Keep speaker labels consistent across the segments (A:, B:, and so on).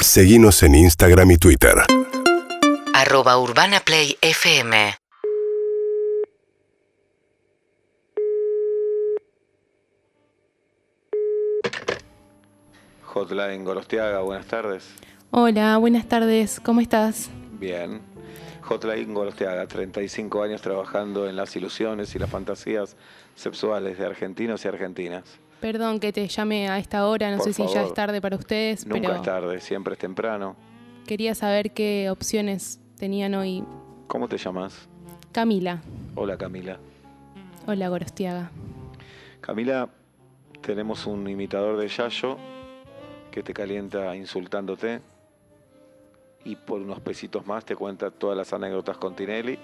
A: Seguimos en Instagram y Twitter.
B: arroba urbanaplayfm
C: Hotline Gorostiaga, buenas tardes.
D: Hola, buenas tardes, ¿cómo estás?
C: Bien. Hotline Gorostiaga, 35 años trabajando en las ilusiones y las fantasías sexuales de argentinos y argentinas.
D: Perdón que te llame a esta hora, no
C: Por
D: sé si ya
C: favor.
D: es tarde para ustedes,
C: Nunca
D: pero
C: es tarde, siempre es temprano.
D: quería saber qué opciones tenían hoy.
C: ¿Cómo te llamas?
D: Camila,
C: Hola Camila.
D: hola Gorostiaga.
C: Camila, tenemos un imitador de Yayo que te calienta insultándote y por unos pesitos más te cuenta todas las anécdotas con Tinelli.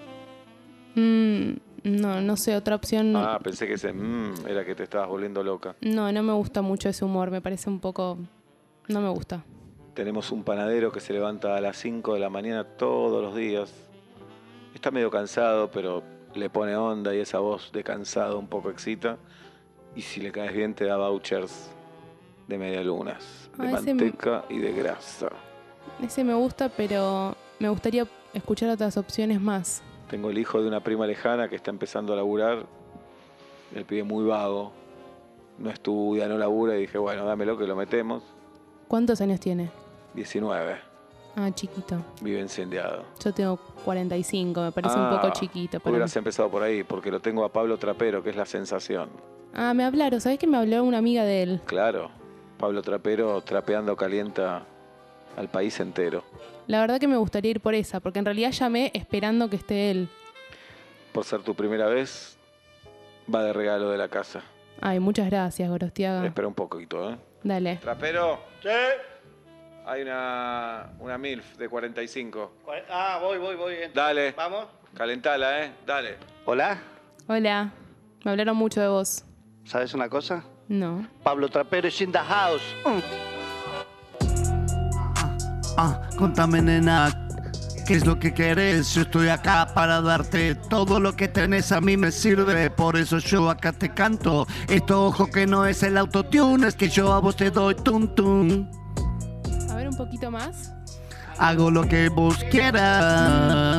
D: Mm, no, no sé, otra opción. no.
C: Ah, pensé que ese mm, era que te estabas volviendo loca.
D: No, no me gusta mucho ese humor, me parece un poco... No me gusta.
C: Tenemos un panadero que se levanta a las 5 de la mañana todos los días. Está medio cansado, pero le pone onda y esa voz de cansado un poco excita. Y si le caes bien te da vouchers de medialunas, de
D: Ah, ese m-
C: manteca y de grasa.
D: Ese me gusta, pero me gustaría escuchar otras opciones más.
C: Tengo el hijo de una prima lejana que está empezando a laburar. El pibe muy vago. No estudia, no labura. Y dije, bueno, dámelo que lo metemos.
D: ¿Cuántos años tiene?
C: 19.
D: Ah, chiquito.
C: Vive incendiado.
D: Yo tengo 45, me parece un
C: Ah,
D: poco chiquito. Para mí.
C: Hubieras empezado por ahí, porque lo tengo a Pablo Trapero, que es la sensación.
D: Ah, me hablaron, ¿sabés que me habló una amiga de él?
C: Claro, Pablo Trapero trapeando calienta al país entero.
D: La verdad que me gustaría ir por esa, porque en realidad llamé esperando que esté él.
C: Por ser tu primera vez, va de regalo de la casa.
D: Ay, muchas gracias, Gorostiaga.
C: Espera un poquito, ¿eh?
D: Dale.
C: Trapero, hay una, una MILF de 45.
E: Cuare- Ah, voy, voy, voy. entonces.
C: Dale.
E: Vamos.
C: Calentala, ¿eh? Dale.
E: Hola,
D: Hola. Me hablaron mucho de vos.
E: ¿sabes una cosa?
D: No.
E: Pablo Trapero es in the house. Mm.
F: Ah, contame nena, ¿qué es lo que querés? Yo estoy acá para darte todo lo que tenés a mí me sirve, por eso yo acá te canto. Esto ojo que no es el autotune, es que yo a vos te doy tum tum.
D: A ver un poquito más.
F: Hago lo que vos quieras.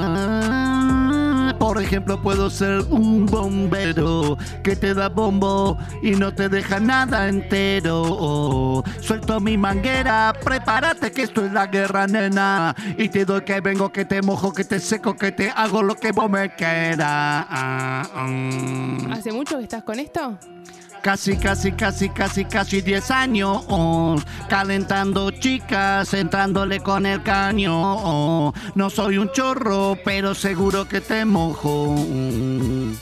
F: Por ejemplo, puedo ser un bombero que te da bombo y no te deja nada entero. Suelto mi manguera, prepárate que esto es la guerra, nena. Y te doy que vengo, que te mojo, que te seco, que te hago lo que vos me quieras. Mm.
D: ¿Hace mucho que estás con esto?
F: Casi, casi, casi, casi, casi 10 años. Calentando chicas, entrándole con el caño. No soy un chorro, pero seguro que te mojo.
D: Mm,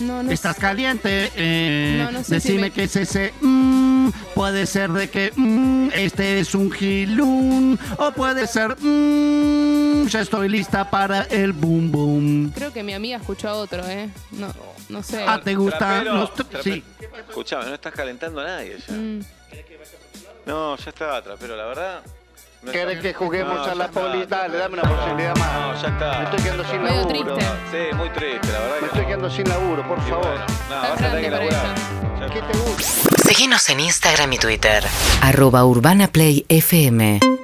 D: no, no.
F: Estás caliente. eh.
D: No, no sé si
F: Decime
D: me-
F: qué es ese. mm. Puede ser de que mm, este es un gilún. O puede ser. mm, ya estoy lista para el boom boom.
D: Creo que mi amiga escuchó a otro, ¿eh? No, no sé.
F: Ah, ¿te gustan
C: Trapero,
F: los.? tr-
C: Trapero.
F: Sí.
C: Escuchame, no estás calentando a nadie ya.
D: Mm,
C: No, ya está, Trapero, la verdad. no está-
E: ¿Querés que juguemos
C: No,
E: a
C: ya
E: la
C: está,
E: poli?
C: Trapero.
E: Dale, dame una posibilidad más.
C: No, ya está.
E: Me estoy quedando sin
D: Medio
E: laburo.
D: triste.
C: Sí, muy triste, la verdad.
E: Me
C: que
E: estoy quedando sin laburo, por
C: Y
E: favor.
C: bueno, no, vas a tener que
D: grande para
C: laburar. Ya
E: ¿Qué
C: está.
E: te gusta?
B: Seguinos en Instagram y Twitter. Arroba Urbana Play FM